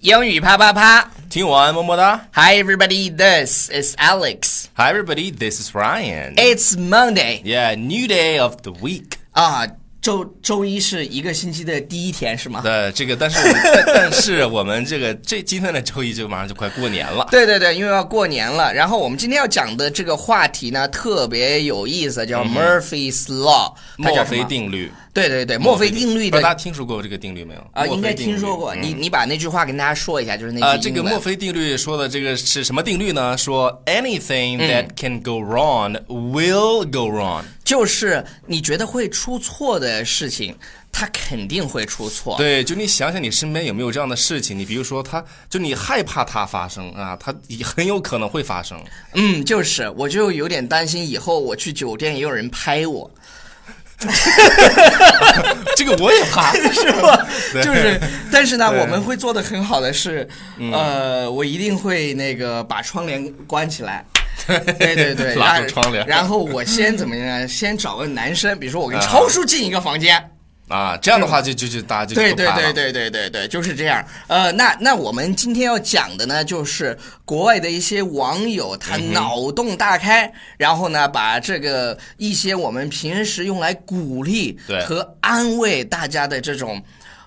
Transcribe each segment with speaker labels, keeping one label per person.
Speaker 1: 英语啪啪啪
Speaker 2: 听完么么哒
Speaker 1: ！Hi everybody, this is Alex.
Speaker 2: ！Hi everybody, this is Ryan.
Speaker 1: It's Monday.
Speaker 2: Yeah, new day of the week.
Speaker 1: 啊，周周一是一个星期的第一天是吗？
Speaker 2: 呃，这个，但是我们但但是我们这个这今天的周一就马上就快过年了。
Speaker 1: 对对对，因为要过年了。然后我们今天要讲的这个话题呢，特别有意思，叫 Murphy's Law，它
Speaker 2: 嗯墨
Speaker 1: 叫什
Speaker 2: 菲
Speaker 1: 么？
Speaker 2: 定律，
Speaker 1: 对对对，墨菲定律
Speaker 2: 不
Speaker 1: 的
Speaker 2: 知道大家听说过这个定律没有？
Speaker 1: 啊，
Speaker 2: 墨
Speaker 1: 应
Speaker 2: 菲
Speaker 1: 该
Speaker 2: 定律嗯
Speaker 1: 听说过。你你把那句话跟大家说一下，就是
Speaker 2: 呃，
Speaker 1: 那句
Speaker 2: 这
Speaker 1: 英
Speaker 2: 个
Speaker 1: 文
Speaker 2: 墨菲定律说的这个是什么定律呢？说 anything
Speaker 1: 嗯
Speaker 2: that can go wrong will go wrong。
Speaker 1: 就是你觉得会出错的事情，它肯定会出错。
Speaker 2: 对，就你想想你身边有没有这样的事情？你比如说它，就你害怕它发生啊，它也很有可能会发 生。
Speaker 1: 嗯，就是，我就有点担心以后我去酒店也有人拍 我，
Speaker 2: 这个我也怕，
Speaker 1: 是吧？
Speaker 2: 对嗯
Speaker 1: 就是，但是呢，我们会做的很好的是，呃，我一定会那个把窗帘关起来。对对对，
Speaker 2: 拉住
Speaker 1: 然
Speaker 2: 窗帘
Speaker 1: 然后我先怎么样？先找个男生，比如说我跟超叔进一个房间。
Speaker 2: 啊，这样的话就就就大家就
Speaker 1: 对
Speaker 2: 就
Speaker 1: 对
Speaker 2: 怕了
Speaker 1: 对对对对对，就是这样。呃，那那我们今天要讲的呢，就是国外的一些网友他
Speaker 2: 嗯
Speaker 1: 脑洞大开，然后呢，把这个一些我们平时用来鼓励
Speaker 2: 对
Speaker 1: 和安慰大家的这种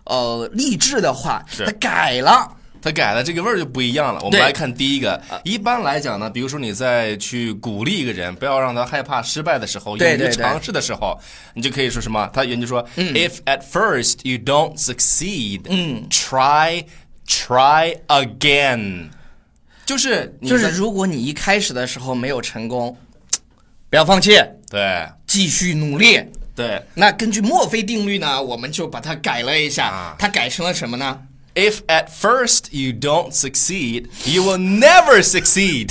Speaker 1: 呃励志的话，
Speaker 2: 是
Speaker 1: 他改了。
Speaker 2: 它改了这个味儿就不一样了。我们
Speaker 1: 对啊
Speaker 2: 来看第一个，一般来讲呢，比如说你在去鼓励一个人，不要让他害怕失败的时候，
Speaker 1: 对
Speaker 2: 勇于
Speaker 1: 对嗯对
Speaker 2: 尝试的时候，你就可以说什么？他人就说、i f at first you don't succeed，嗯，try try again，就是你
Speaker 1: 就是
Speaker 2: 在
Speaker 1: 如果你一开始的时候没有成功，不要放弃，
Speaker 2: 对
Speaker 1: 继续努力。
Speaker 2: 对
Speaker 1: 那根据墨菲定律呢，我们就把它改了一下，
Speaker 2: 啊
Speaker 1: 它改成了什么呢？
Speaker 2: ，if at first you don't succeed you will never succeed。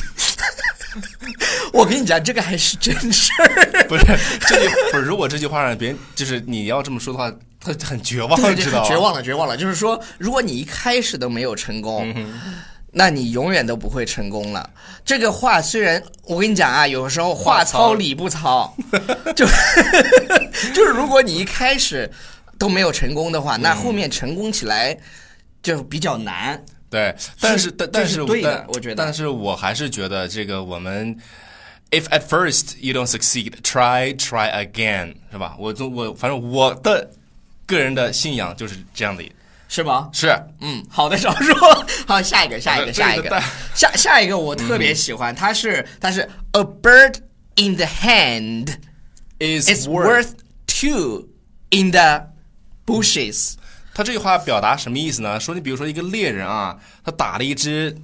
Speaker 1: 我跟你讲，这个还是真事儿。
Speaker 2: 不是这句，不是如果这句话让别人就是你要这么说的话，他很绝 望，
Speaker 1: 对，
Speaker 2: 知
Speaker 1: 这
Speaker 2: 道
Speaker 1: 个
Speaker 2: 吧？
Speaker 1: 绝望了，绝望了。就是说，如果你一开始都没有成功，那你永远都不会成功了。这个话虽然我跟你讲啊，有时候话糙理不糙， 就就是如果你一开始都没有成功的话，那后面成功起来就比较难。
Speaker 2: 对，但是但但
Speaker 1: 这是
Speaker 2: 是
Speaker 1: 对的
Speaker 2: 但
Speaker 1: 我觉得
Speaker 2: 但是我还是觉得这个我们，if at first you don't succeed, try try again，是吧？我总我反正我的个人的信仰就是这样的，
Speaker 1: 是吧？
Speaker 2: 是
Speaker 1: 嗯，好的，少说。 好，下一个，下一个，
Speaker 2: 这个
Speaker 1: 下一个嗯
Speaker 2: 大，
Speaker 1: 下下一个，我特别喜欢，它是它是 a bird in the hand。
Speaker 2: is
Speaker 1: It's worth two in the bushes。
Speaker 2: 他这句话表达什么意思呢？说你比如说一个猎人啊，他打了一只。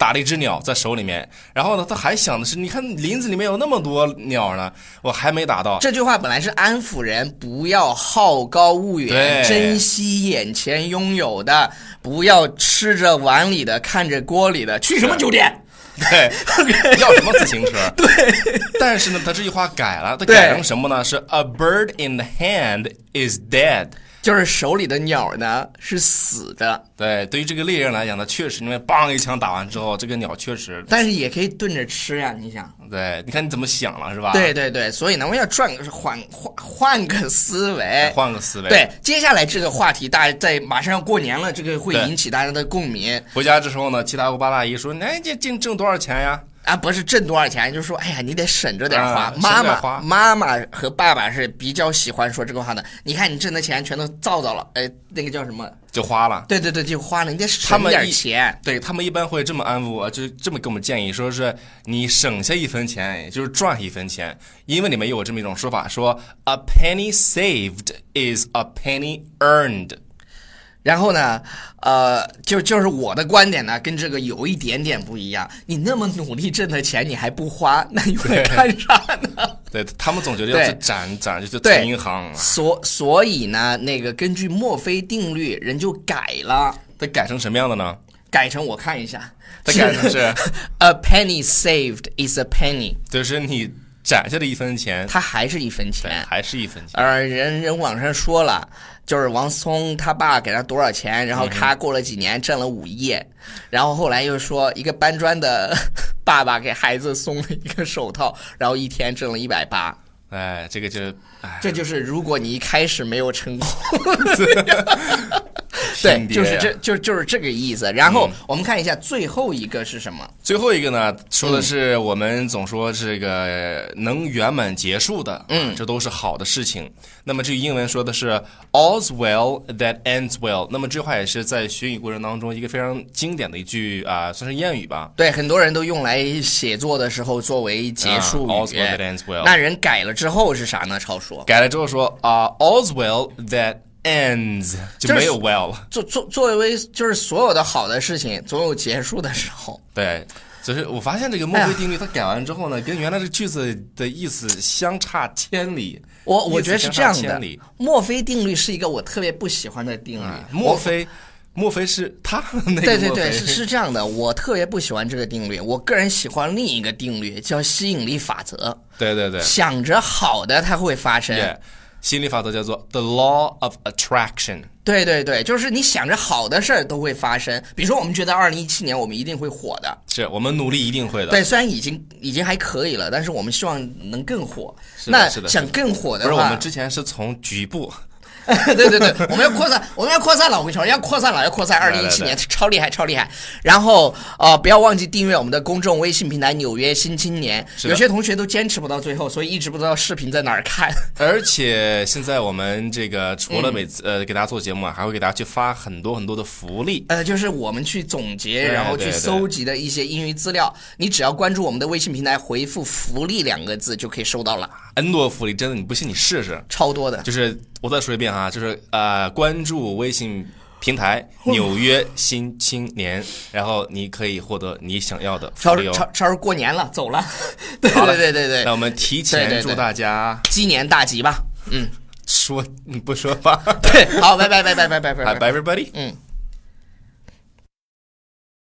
Speaker 2: 打了一只鸟在手里面，然后呢，他还想的是，你看林子里面有那么多鸟呢，我还没打到。
Speaker 1: 这句话本来是安抚人，不要好高骛远，
Speaker 2: 对
Speaker 1: 珍惜眼前拥有的，不要吃着碗里的，看着锅里的。去什么酒店？
Speaker 2: 对， 要什么自行车？ 对。但是呢，他这句话改了，他
Speaker 1: 对
Speaker 2: 改成什么呢？是 A bird in the hand is dead。
Speaker 1: 就是手里的鸟呢是死的，
Speaker 2: 对，对于这个猎人来讲呢，确实因为梆一枪打完之后，这个鸟确实，
Speaker 1: 但是也可以炖着吃呀、你想？
Speaker 2: 对，你看你怎么想了是吧？，
Speaker 1: 对对对，所以呢，我要转个换换换个思维，
Speaker 2: 换个思维。，
Speaker 1: 对，接下来这个话题，大家在马上要过年了，这个会
Speaker 2: 对
Speaker 1: 引起大家的共鸣。
Speaker 2: 回家之后呢，七大姑八大姨说，哎，这挣挣多少钱呀？
Speaker 1: 啊，不是挣多少钱，就是说，哎呀，你得省着点花。
Speaker 2: 啊
Speaker 1: 妈
Speaker 2: 省点
Speaker 1: 妈、
Speaker 2: 花
Speaker 1: 妈妈和爸爸是比较喜欢说这个话的。你看，你挣的钱全都造造了，哎，那个叫什么？
Speaker 2: 就花了。
Speaker 1: 对对对，就花了，你得
Speaker 2: 他
Speaker 1: 省
Speaker 2: 们
Speaker 1: 点
Speaker 2: 一
Speaker 1: 钱。
Speaker 2: 对他们一般会这么安抚我，就是这么给我们建议，说是你省下一分钱，也就是赚一分钱。英文里面有这么一种说法，说 a penny saved is a penny earned。
Speaker 1: 然后呢，呃，就就是我的观点呢，跟这个有一点点不一样。你那么努力挣的钱，你还不花，那你会
Speaker 2: 对
Speaker 1: 干啥呢？
Speaker 2: 对他们总觉得要去
Speaker 1: 对
Speaker 2: 攒攒，就就
Speaker 1: 对
Speaker 2: 存银行。
Speaker 1: 所所以呢，那个根据墨菲定律，人就改了，
Speaker 2: 它改成什么样的呢？
Speaker 1: 改成我看一下，
Speaker 2: 它改成是
Speaker 1: a penny saved is a penny。
Speaker 2: 就是你攒下的一分钱，
Speaker 1: 他还是一分
Speaker 2: 对，
Speaker 1: 钱。
Speaker 2: 还是一分钱。
Speaker 1: 呃，人人网上说了，就是王松他爸给他多少钱，然后咔过了几年挣了五亿，然后后来又说一个搬砖的 爸爸给孩子送了一个手套，然后一天挣了一百八。
Speaker 2: 哎，这个就哎，
Speaker 1: 这就是如果你一开始没有成功，对，
Speaker 2: 拼碟
Speaker 1: 就是
Speaker 2: 呀
Speaker 1: 这就就是这个意思。然
Speaker 2: 嗯
Speaker 1: 后我们看一下最后一个是什么？
Speaker 2: 最后一个呢，说
Speaker 1: 嗯
Speaker 2: 的是我们总说这个能圆满结束的，嗯，这都是好的事情。那么这句英文说的是 "All's well that ends well"。那么这句话也是在学语过程当中一个非常经典的一句啊、算是谚语吧。
Speaker 1: 对，很多人都用来写作的时候作为结束语。
Speaker 2: 啊，all's well that ends well
Speaker 1: 那人改了之后是啥呢？超叔，
Speaker 2: 改了之后说啊、a l l s well that ends"，就没有 well 了。
Speaker 1: 作作作为就是所有的好的事情总有结束的时候。
Speaker 2: 对。就是我发现这个墨菲
Speaker 1: 哎
Speaker 2: 定律，它改完之后呢，跟原来这句子的意思相差千里。
Speaker 1: 我我
Speaker 2: 意思
Speaker 1: 觉得是
Speaker 2: 相
Speaker 1: 这
Speaker 2: 差
Speaker 1: 样
Speaker 2: 千
Speaker 1: 的
Speaker 2: 里，
Speaker 1: 墨菲定律是一个我特别不喜欢的定律。
Speaker 2: 莫非，莫非是 他那个？
Speaker 1: 对对对，是。是这样的，我特别不喜欢这个定律。我个人喜欢另一个定律，叫吸引力法则。
Speaker 2: 对对对，
Speaker 1: 想着好的，它会发生。
Speaker 2: 对，心理法则叫做 the law of attraction。
Speaker 1: 对对对，就是你想着好的事儿都会发生。比如说，我们觉得二零一七年我们一定会火的，
Speaker 2: 是我们努力一定会的。
Speaker 1: 对，虽然已经已经还可以了，但是我们希望能更火。
Speaker 2: 是的
Speaker 1: 那
Speaker 2: 是的
Speaker 1: 想更火
Speaker 2: 不
Speaker 1: 的
Speaker 2: 是我
Speaker 1: 话
Speaker 2: 们，之前是从局部，
Speaker 1: 对对对，我们要扩散， 我们要扩散了，我跟你说，要扩散了，要扩散。二零
Speaker 2: 来
Speaker 1: 一
Speaker 2: 来
Speaker 1: 七年超厉害，超厉害。然后呃，不要忘记订阅我们的公众微信平台《纽约新青年》，
Speaker 2: 是的
Speaker 1: 有些同学都坚持不到最后，所以一直不知道视频在哪儿看。
Speaker 2: 而且现在我们这个除了每
Speaker 1: 嗯
Speaker 2: 次、呃给大家做节目啊，还会给大家去发很多很多的福利。
Speaker 1: 呃，就是我们去总结，
Speaker 2: 对
Speaker 1: 然后去
Speaker 2: 对对
Speaker 1: 搜集的一些英语资料，你只要关注我们的微信平台，回复“福利”两个字就可以收到了，
Speaker 2: N 多福利，真的你不信你试试。
Speaker 1: 超多的。
Speaker 2: 就是我再说一遍哈、就是呃关注微信平台“纽约新青年”，然后你可以获得你想要的福
Speaker 1: 超
Speaker 2: 利
Speaker 1: 超
Speaker 2: 哦。
Speaker 1: 超过年了，走了。 对
Speaker 2: 好了
Speaker 1: 对对对对
Speaker 2: 那，我们
Speaker 1: 对
Speaker 2: 提
Speaker 1: 对
Speaker 2: 前
Speaker 1: 对
Speaker 2: 祝大家
Speaker 1: 鸡年大吉吧。嗯，
Speaker 2: 说嗯不说吧。
Speaker 1: 对，好，拜拜拜拜拜拜拜拜
Speaker 2: 拜。拜，everybody。
Speaker 1: 嗯。